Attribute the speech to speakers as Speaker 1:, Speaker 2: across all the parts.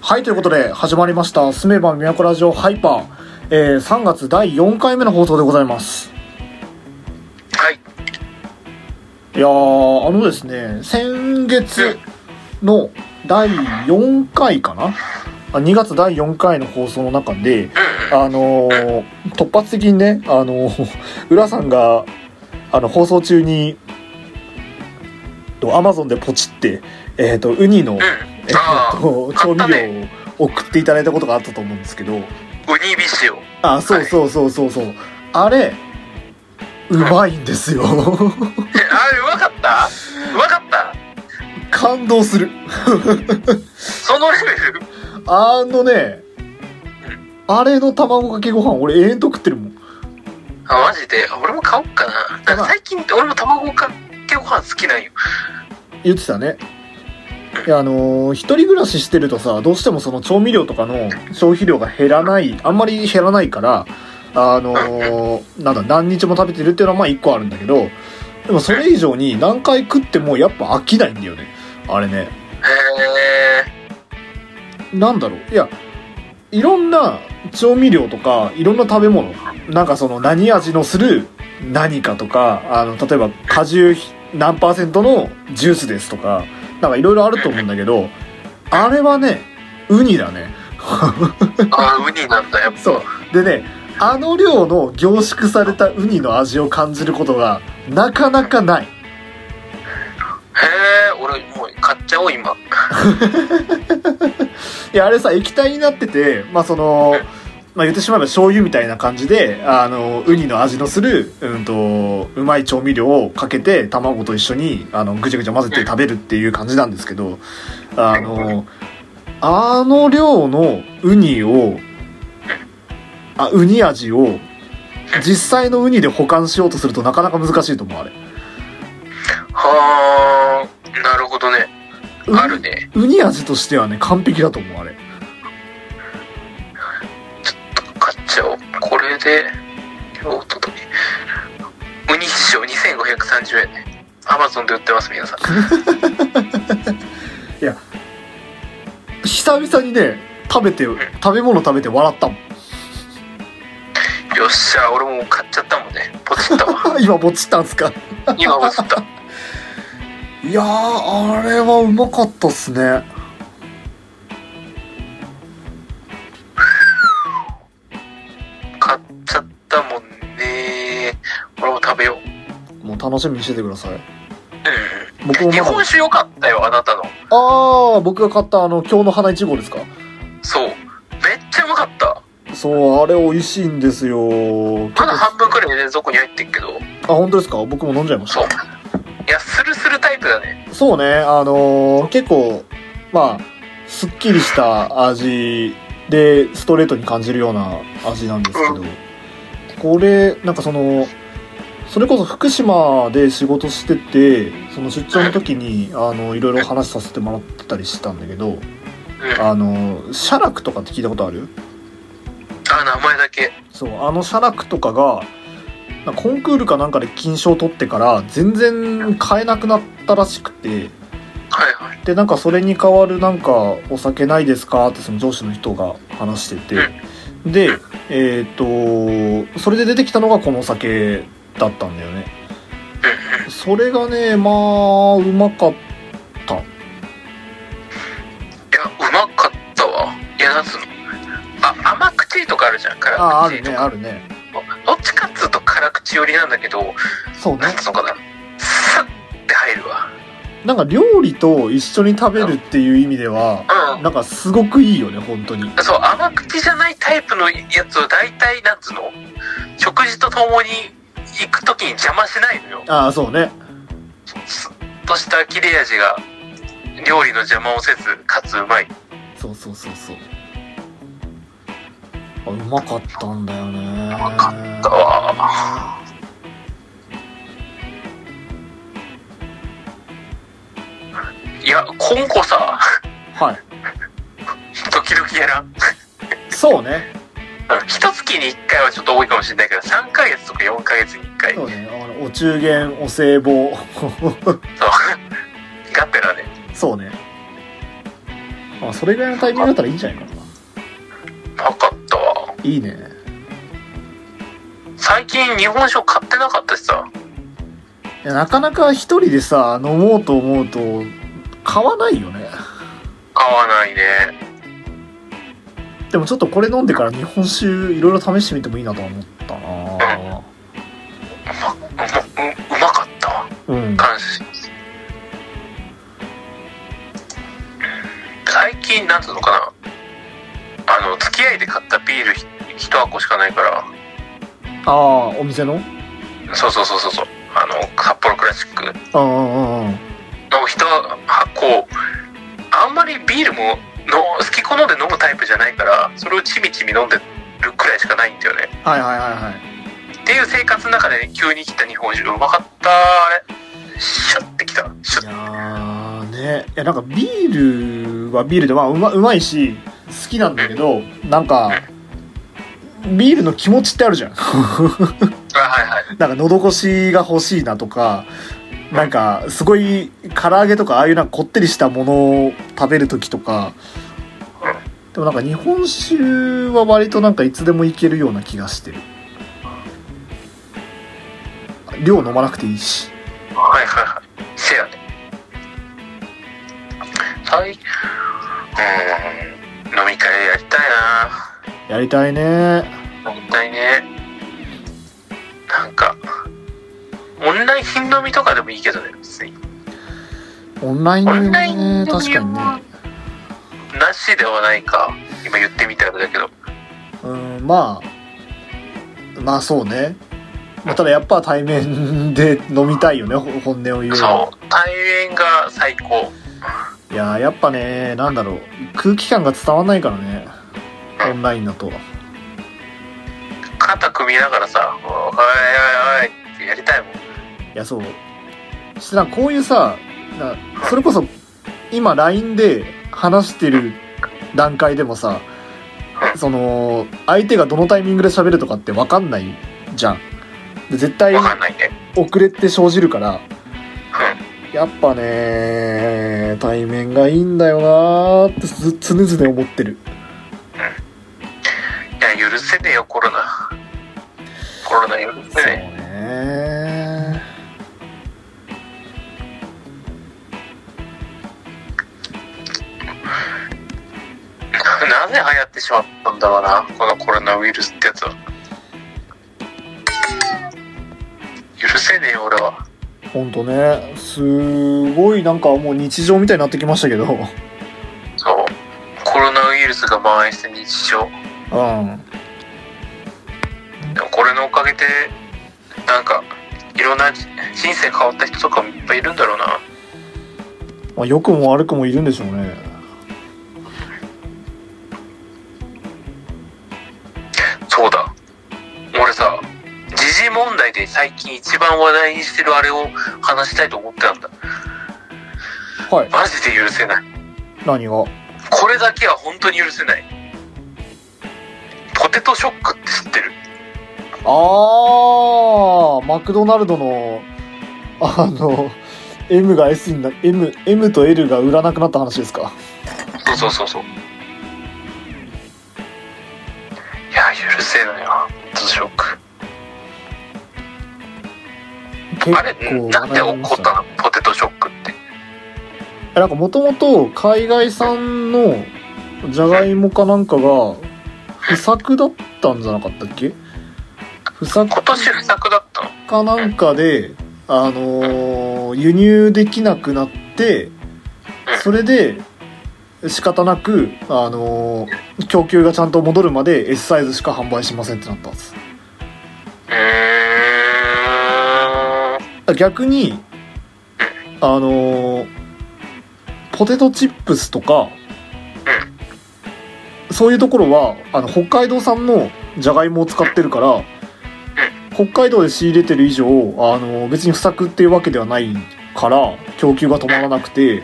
Speaker 1: はい、ということで、始まりました、住めば都ラジオハイパー、えー、3月第4回目の放送でございます。
Speaker 2: はい。
Speaker 1: いやー、あのですね、先月の第4回かなあ ?2 月第4回の放送の中で、あのー突発的にね、あのー浦さんが、あの、放送中に、アマゾンでポチって、えっ、と、ウニの、えっ
Speaker 2: ああ、
Speaker 1: と、調味料を送っていただいたことがあったと思うんですけど、
Speaker 2: ウニビシオ。
Speaker 1: あ、そうそうそうそうそう。あれ、うまいんですよ。
Speaker 2: えあれ、うまかったうまかった
Speaker 1: 感動する。
Speaker 2: そのレベル
Speaker 1: あのね、あれの卵かけご飯、俺永遠と食ってるもん。
Speaker 2: あ、マジで。あ俺も買おうかな。なんか最近って俺も卵かけご飯好きなんよ。
Speaker 1: 言ってたね。いや、あのー一人暮らししてるとさ、どうしてもその調味料とかの消費量が減らない、あんまり減らないから、あのーなんだ、何日も食べてるっていうのはまあ一個あるんだけど、でもそれ以上に何回食ってもやっぱ飽きないんだよね。あれね。
Speaker 2: へ
Speaker 1: なんだろういやいろんな調味料とかいろんな食べ物なんかその何味のする何かとかあの例えば果汁何パーセントのジュースですとかなんかいろいろあると思うんだけどあれはねウニだね
Speaker 2: え。あ、ウニなんだ、やっぱ。
Speaker 1: そうでねあの量の凝縮されたウニの味を感じることがなかなかない
Speaker 2: へえ、俺もう買っちゃおう、今。
Speaker 1: いやあれさ液体になっててまあその、まあ、言ってしまえば醤油みたいな感じであのウニの味のする、うん、とうまい調味料をかけて卵と一緒にあのぐちゃぐちゃ混ぜて食べるっていう感じなんですけどあのあの量のウニをあウニ味を実際のウニで保管しようとするとなかなか難しいと思うあれ
Speaker 2: はあ、なるほどね。
Speaker 1: ウニ
Speaker 2: あるね。
Speaker 1: ウニ味としてはね完璧だと思うあれ
Speaker 2: 買っちゃおう。これで、今日届け。ウニビシオ2530円ね。アマゾンで売ってます、皆さん。
Speaker 1: 久々にね食べて食べ物食べて笑ったもん
Speaker 2: よっしゃ、俺もう買っちゃったもんね。ポチったわ。
Speaker 1: 今ぼっちったんすか
Speaker 2: 今ポチった。
Speaker 1: いやーあれはうまかったっすね
Speaker 2: 買っちゃったもんね俺も食べよう
Speaker 1: もう楽しみにしててください
Speaker 2: うん
Speaker 1: 僕も
Speaker 2: 日
Speaker 1: ま
Speaker 2: 本
Speaker 1: だ
Speaker 2: 酒良かったよあなたの
Speaker 1: ああ僕が買ったあの今日の花いちごですか
Speaker 2: そうめっちゃうまかった
Speaker 1: そうあれ美味しいんですよ結
Speaker 2: まだ
Speaker 1: 構
Speaker 2: 半分くらい冷蔵庫に入ってるけど
Speaker 1: あ本当ですか僕も飲んじゃいまし
Speaker 2: そういやスルスルタイプだね
Speaker 1: たそうねあのー結構まあすっきりした味でストレートに感じるような味なんですけどこれなんかそのそれこそ福島で仕事しててその出張の時にあのいろいろ話させてもらってたりしてたんだけど
Speaker 2: うんあ
Speaker 1: あの写楽とかって聞いたことある
Speaker 2: 名前だけ
Speaker 1: そうあの写楽とかがなんかコンクールかなんかで金賞取ってから全然買えなくなったらしくて
Speaker 2: はいはい
Speaker 1: でなんかそれに代わるなんかお酒ないですかってその上司の人が話しててでえっ、とそれで出てきたのがこのお酒だったんだよねそれがねまあうまかっ
Speaker 2: いやうまかったわいやなんつうのあ甘口とかあるじゃん
Speaker 1: たああ
Speaker 2: 辛
Speaker 1: る
Speaker 2: 口
Speaker 1: ね
Speaker 2: と
Speaker 1: あ
Speaker 2: か
Speaker 1: るね
Speaker 2: どっちかっつうと辛口寄りなんだけど
Speaker 1: そうね
Speaker 2: なんつうのかなスッて入るわ
Speaker 1: なんか料理と一緒に食べるっていう意味では
Speaker 2: うん
Speaker 1: なんかすごくいいよね本当に
Speaker 2: そう甘口じゃないタイプのやつを大体なんつうの食事とともに行く時に邪魔しないのよ
Speaker 1: ああそうね
Speaker 2: すっとした切れ味が料理の邪魔をせずかつうまい
Speaker 1: そうそうそうそうあうまかったんだよねう
Speaker 2: まかだわいや今後さ
Speaker 1: はい
Speaker 2: 時々やらん
Speaker 1: そうね
Speaker 2: うん一月に1回はちょっと多いかもしれないけど3ヶ月とか4ヶ月に1回そ
Speaker 1: そううねあのお中元お歳暮
Speaker 2: ガッペラね
Speaker 1: そうねまあ、それぐらいのタイミングだったらいいんじゃないかな
Speaker 2: なかったわ
Speaker 1: いいね
Speaker 2: 最近日本酒を買ってなかったしさ
Speaker 1: いやなかなか一人でさ飲もうと思うと買わないよね
Speaker 2: 買わないね
Speaker 1: でもちょっとこれ飲んでから日本酒いろいろ試してみてもいいなとは思ったな
Speaker 2: うまううまかったわ
Speaker 1: うん
Speaker 2: 感心最近なんつうのかなあの付き合いで買ったビールひ一箱しかないから
Speaker 1: ああお店の
Speaker 2: そうそうそうそうそうあの札幌クラシック
Speaker 1: うんうんうん
Speaker 2: の一箱あんまりビールもの好き好んで飲むタイプじゃないからそれをちびちび飲んでるくらいしかないんだよね
Speaker 1: はいはいはいはい
Speaker 2: っていう生活の中で急に来た日本酒うまかったあれシャッてきたシャ
Speaker 1: い
Speaker 2: ッ
Speaker 1: やーねいやなんかビールはビールで、まあ、うまうまいし好きなんだけどなんかビールの気持ちってあるじゃん
Speaker 2: あはいはい
Speaker 1: なんか喉越しが欲しいなとかなんかすごい唐揚げとかああいうなんかこってりしたものを食べる時とかでもなんか日本酒は割となんかいつでもいけるような気がしてる量飲まなくていいし
Speaker 2: はいはいはい。せやね。はい。うーん。飲み会やりたい
Speaker 1: やりたいね
Speaker 2: な。飲みたいね。なんか、オンライン飲みとかでもいいけどね、別に。
Speaker 1: オンライン
Speaker 2: オ
Speaker 1: 飲み
Speaker 2: ンライ
Speaker 1: ね
Speaker 2: ン飲みは
Speaker 1: 確かにね
Speaker 2: なしではないか。今言ってみたらだけど。
Speaker 1: うんまあまあそうね、まあ、ただやっぱ対面で飲みたいよねほ本音を言う
Speaker 2: そう。対面が最高。
Speaker 1: いやーやっぱねなんだろう空気感が伝わんないからねオンラインだと
Speaker 2: 肩組みながらさ、おいおいおいってやりたいもん。
Speaker 1: いやそうそしてなんかこういうさなそれこそ今 LINE で話してる段階でもさその相手がどのタイミングで喋るとかって分かんないじゃんで絶対
Speaker 2: わかんないね。
Speaker 1: 遅れって生じるから
Speaker 2: うん。
Speaker 1: やっぱね対面がいいんだよなーってず常々思ってる
Speaker 2: いや、許せねえよ、コロナ。コロナ許せね
Speaker 1: ね
Speaker 2: え。 なぜ流行ってしまったんだろうな、このコロナウイルスってやつは。許せねえよ、俺は。
Speaker 1: ほんとねすごいなんかもう日常みたいになってきましたけどうん
Speaker 2: そう。コロナウイルスが蔓延して日常。でもこれのおかげで、なんか、いろんな人生変わった人とかもいっぱいいるんだろうな。
Speaker 1: まあ良くも悪くもいるんでしょうね
Speaker 2: そうだ。俺さ、時事問題で最近一番話題にしてるあれを話したいと思ってたんだ。
Speaker 1: はい
Speaker 2: マジで許せない。
Speaker 1: 何が
Speaker 2: これだけは本当に許せないポテトショックって知ってる
Speaker 1: あーマクドナルドのあの M が S にな M, M と L が売らなくなった話ですか
Speaker 2: そうそうそうそういや許せないなポテトショック
Speaker 1: 結構
Speaker 2: あれなんで
Speaker 1: 笑いま
Speaker 2: 怒
Speaker 1: し
Speaker 2: っ
Speaker 1: ね
Speaker 2: たたのポテトショックって
Speaker 1: なんかもともと海外産のじゃがいもかなんかが不作だったんじゃなかったっけ不作
Speaker 2: 今年不作だったの
Speaker 1: かなんかで、あのー輸入できなくなってそれで仕方なく、あのー供給がちゃんと戻るまで S サイズしか販売しませんってなったんです
Speaker 2: うーん
Speaker 1: 逆にあのーポテトチップスとかそういうところはあの北海道産のじゃがいもを使ってるから北海道で仕入れてる以上、あのー別に不作っていうわけではないから供給が止まらなくて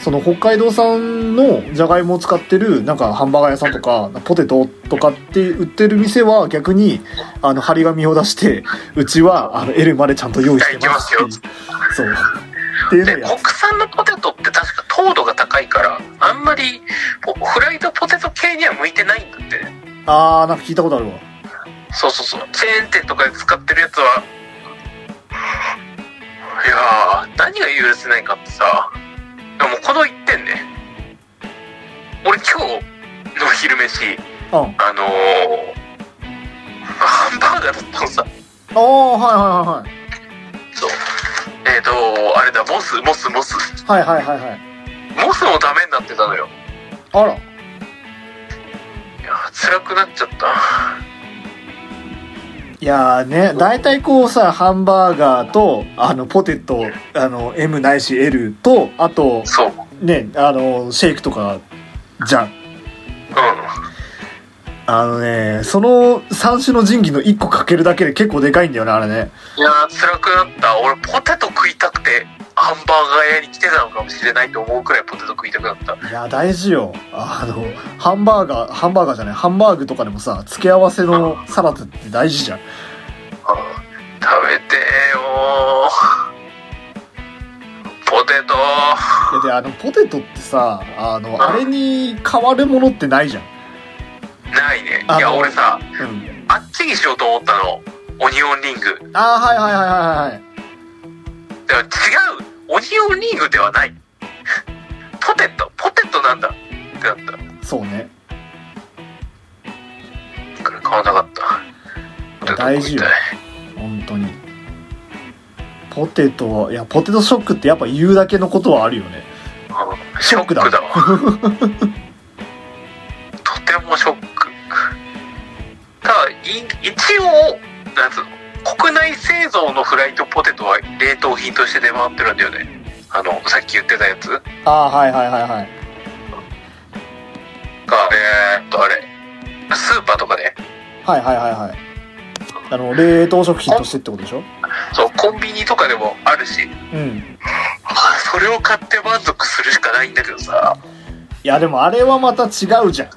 Speaker 1: その北海道産のじゃがいもを使ってるなんかハンバーガー屋さんとかポテトとかって売ってる店は逆にあの張り紙を出してうちはあの L までちゃんと用意してますっていうそう。っていうのを
Speaker 2: で
Speaker 1: やっ
Speaker 2: 国
Speaker 1: て
Speaker 2: 産のポテトって確か糖度が高いからあんまりポフライドポテト系には向いてないんだってね
Speaker 1: あーなんか聞いたことあるわ
Speaker 2: そうそうそうチェーン店とかで使ってるやつはいやー何が許せないかってさでもこの1点ね俺今日の昼飯
Speaker 1: うん
Speaker 2: あのー、ハンバーガーだったのさ
Speaker 1: ああはい
Speaker 2: そうえっ、とあれだモスモスモス
Speaker 1: はいはいはいはいはいはい
Speaker 2: モスもダメになってたのよ
Speaker 1: あら
Speaker 2: いや辛くなっちゃった
Speaker 1: いやーね大体こうさハンバーガーとあのポテトあの M ないし L とあと
Speaker 2: そううん
Speaker 1: ねあのシェイクとかじゃんあのねその3種の神器の1個かけるだけで結構でかいんだよねあれね
Speaker 2: いやー辛くなった俺ポテト食いたくてハンバーガー屋に来てたのかもしれないと思うくらいポテト食いたくなった
Speaker 1: いや大事よあのハンバーガーハンバーガーじゃないハンバーグとかでもさ付け合わせのサラダって大事じゃん
Speaker 2: あ食べてよーポテト
Speaker 1: いやであのポテトってさあのあれに変わるものってないじゃん
Speaker 2: ないね
Speaker 1: あ
Speaker 2: いや
Speaker 1: の
Speaker 2: 俺さ
Speaker 1: うん
Speaker 2: あっちにしようと思ったのオニオンリング
Speaker 1: ああはいはいはいはいはい
Speaker 2: でも違うオニオンリングではないポテトポテトなんだってなった
Speaker 1: そうね
Speaker 2: だから買わなかったポテト
Speaker 1: 大
Speaker 2: 食
Speaker 1: 事
Speaker 2: い
Speaker 1: よ
Speaker 2: たい
Speaker 1: 本当にポテトはいやポテトショックってやっぱ言うだけのことはあるよね
Speaker 2: うん
Speaker 1: シ
Speaker 2: シ
Speaker 1: ョッ
Speaker 2: ョッ
Speaker 1: ク
Speaker 2: ク
Speaker 1: だ
Speaker 2: だ わとてもショックただい一応なんつうの国内製造のフライドポテトは冷凍品として出回ってるんだよねあのさっき言ってたやつが
Speaker 1: ああはいはいはいはい
Speaker 2: えーっとあれスーパーとかで、
Speaker 1: はいはいはいはいあの冷凍食品としてってことでしょ
Speaker 2: そうコンビニとかでもあるし
Speaker 1: うん
Speaker 2: あそれを買って満足するしかないんだけどさ
Speaker 1: いやでもあれはまた違うじゃん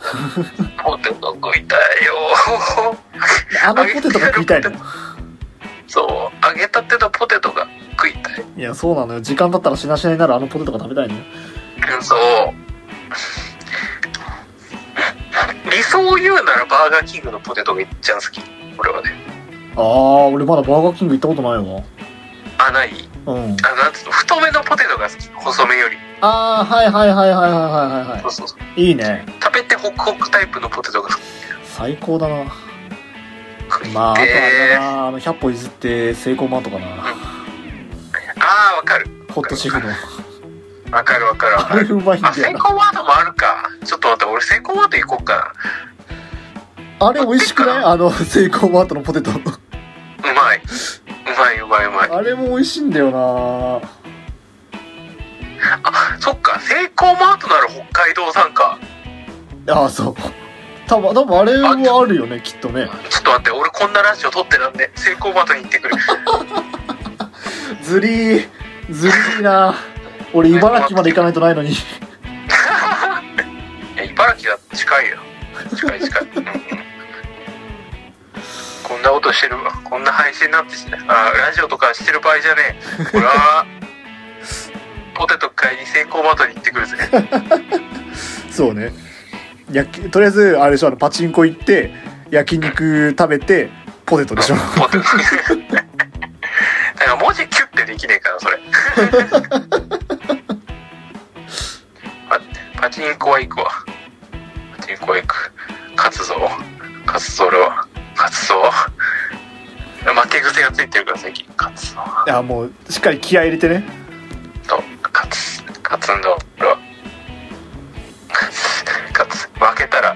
Speaker 2: ポテト食いたいよ
Speaker 1: あのポテトが食いたいの
Speaker 2: そう揚げたてのポテトが食いたい
Speaker 1: いやそうなのよ時間だったらしなしなになるあのポテトが食べたいのよ
Speaker 2: そう。理想を言うならバーガーキングのポテトが一番好き。俺はね。
Speaker 1: ああ俺まだバーガーキング行ったことないよ
Speaker 2: あ、ない。
Speaker 1: なうん
Speaker 2: あ、なんつうの、太めのポテトが好き。細めより。
Speaker 1: ああはいはいはいはいはいはいはい
Speaker 2: そうそうそう。
Speaker 1: いいね
Speaker 2: 食べてホクホクタイプのポテトが好き。
Speaker 1: 最高だな
Speaker 2: 食いてー
Speaker 1: まああとあれだなあの100歩譲ってセイコーマートかな
Speaker 2: あー、わかる。
Speaker 1: ホットシェフの
Speaker 2: わかるわかるわ
Speaker 1: あ
Speaker 2: か
Speaker 1: れ
Speaker 2: る。
Speaker 1: う まいん
Speaker 2: あ、
Speaker 1: だ
Speaker 2: セイ
Speaker 1: よな
Speaker 2: コーワードもあるか。ちょっと待って、俺セイコーワード行こうか
Speaker 1: あれ美味しくないあのセイコーマートのポテト
Speaker 2: な。うまい。うまいうまいうまい。
Speaker 1: あれも美味しいんだよな
Speaker 2: あ、そっか。セイコーマートなら北海道産か。
Speaker 1: ああそう多分多分あれはあるよねきっとね
Speaker 2: ちょっと待って、俺こんなラジオ撮ってなんで、セイコーマートに行ってくる。
Speaker 1: ずりーずりーな俺茨城まで行かないとないのに
Speaker 2: いや茨城だって近いよ近い近い、うんうん、こんなことしてるわこんな配信なんてしないあラジオとかしてる場合じゃねえ俺はポテト買いにセイコーマートに行ってくるぜ
Speaker 1: そうねやきとりあえずあれでしょあのパチンコ行って焼肉食べてポテトでしょ
Speaker 2: ポテトなんか文字キュッてできねえからそれパパチンコは行くわパチンコは行く勝つぞ勝つぞ俺は勝つぞ負け癖がついてるから最近勝つぞ
Speaker 1: いやもうしっかり気合い入れてね
Speaker 2: と勝つ勝つんだ俺は勝つ勝つ負けたら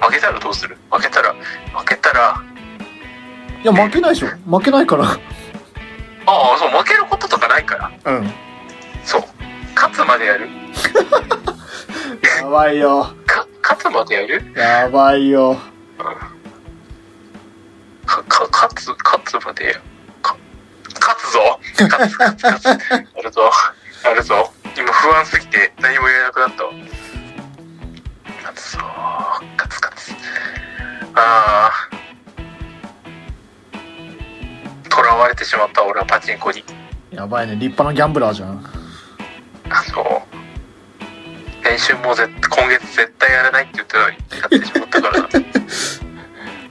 Speaker 2: 負けたらどうする負けたら負けたら
Speaker 1: いや負けないでしょ負けないから
Speaker 2: ああそう負けることとかないから
Speaker 1: うん
Speaker 2: そう勝つまでやる
Speaker 1: やばいよ
Speaker 2: か勝つまでやる
Speaker 1: やばいよ
Speaker 2: かか勝つ勝つまでやか勝つぞ勝つ勝つ勝つやるぞやるぞ今不安すぎて何も言えなくなったわ勝つぞ勝つ勝つああとらわれてしまった俺はパチンコに
Speaker 1: やばいね立派なギャンブラーじゃん
Speaker 2: あの先週も絶今月絶対やらないって言ってたのにやってしまったから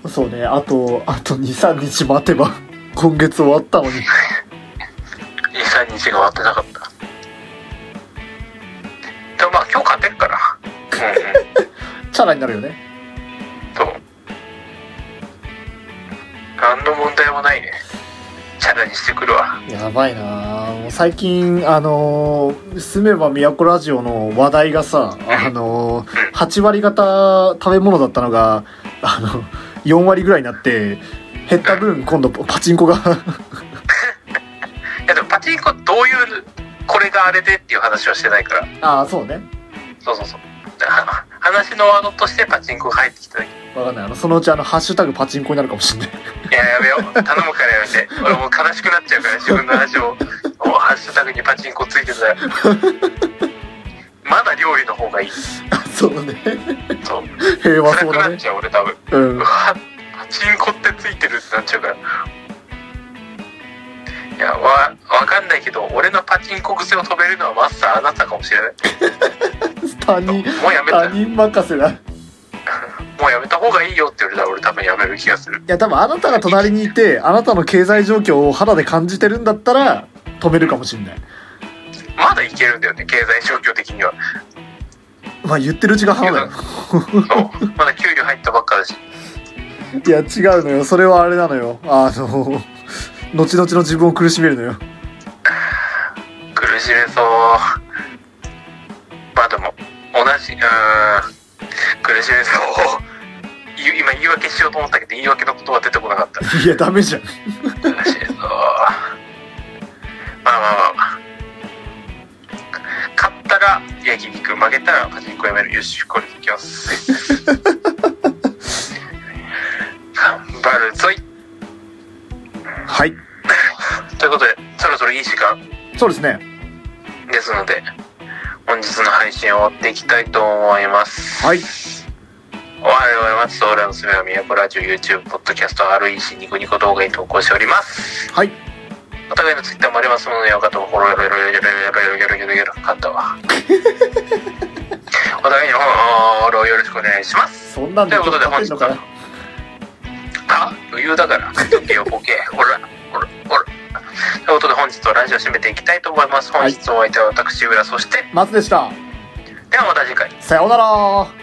Speaker 2: な
Speaker 1: そうねあとあと23日待てば今月終わったのに
Speaker 2: 23日が終わってなかったでもまあ今日勝てるからうんうん
Speaker 1: チャラになるよね
Speaker 2: そう。何の問題もないね。チャラにしてくるわ。
Speaker 1: やばいなあもう最近あのー住めば都ラジオ」の話題がさあのー8割方食べ物だったのがあの4割ぐらいになって減った分今度パチンコが
Speaker 2: いやでもパチンコどういう、これがあれでっていう話はしてないから。
Speaker 1: ああそうね
Speaker 2: そうそうそう。は話のワードとしてパチンコが入ってきただけ。
Speaker 1: わかんないあのそのうちあの「ハッシュタグパチンコ」になるかもしんない
Speaker 2: いや、やめよう。 頼むからやめて。俺もう悲しくなっちゃうから、自分の話を。もうハッシュタグにパチンコついてたら。 まだ料理の方がいい。
Speaker 1: そうね
Speaker 2: そう。
Speaker 1: 平和
Speaker 2: 辛
Speaker 1: そう
Speaker 2: く
Speaker 1: だ
Speaker 2: なっ
Speaker 1: ね
Speaker 2: ちゃう、俺多分。
Speaker 1: う
Speaker 2: うんわパチンコってついてるってなっちゃうからいやわわかんないけど俺のパチンコ癖を止めるのはマスターあなたかもしれない
Speaker 1: 他人
Speaker 2: もうやめた
Speaker 1: 他
Speaker 2: も
Speaker 1: 人任せだいう
Speaker 2: やめた方がいいよって言われたら俺多分やめる気がする
Speaker 1: や多分あなたが隣にいてあなたの経済状況を肌で感じてるんだったら止めるかもしんない
Speaker 2: まだいけるんだよね経済状況的に は
Speaker 1: まあ言ってるうちが
Speaker 2: け
Speaker 1: 花
Speaker 2: ど
Speaker 1: だよ
Speaker 2: そうまだ給料入ったばっかだし
Speaker 1: いや違うのよそれはあれなのよあの後々の自分を苦しめるのよ
Speaker 2: 苦しめそうまあでも同じうーん苦しめそう 言う今言い訳しようと思ったけど言い訳の言葉出てこなかった
Speaker 1: いやダメじゃん
Speaker 2: らしいぞまあまあまあまあ勝ったら焼肉負けたらパチンコやめるよしこれでいきます頑張るぞい
Speaker 1: はい
Speaker 2: ということでそろそろいい時間
Speaker 1: そうですね
Speaker 2: ですので本日の配信を終わっていきたいと思います
Speaker 1: はい
Speaker 2: おはようございます俺のすべは都ラジオ YouTube ポッドキャスト REC ニコニコ動画に投稿しております
Speaker 1: はい
Speaker 2: お互いのツイッターもありますので、よかったらフォローやろやろやろやろやろやろやろ勝ったわ。お互いにフォローよろしくお願いします。
Speaker 1: そんなんで
Speaker 2: ということで
Speaker 1: ちょっ勝てんのか
Speaker 2: あ、余裕だから。ボケよボケ。ほら、ほら、ほら。ということで本日はラジオ締めていきたいと思います。本日のお相手は私、浦、そして、
Speaker 1: な松でした
Speaker 2: ではまた次回。
Speaker 1: さようなら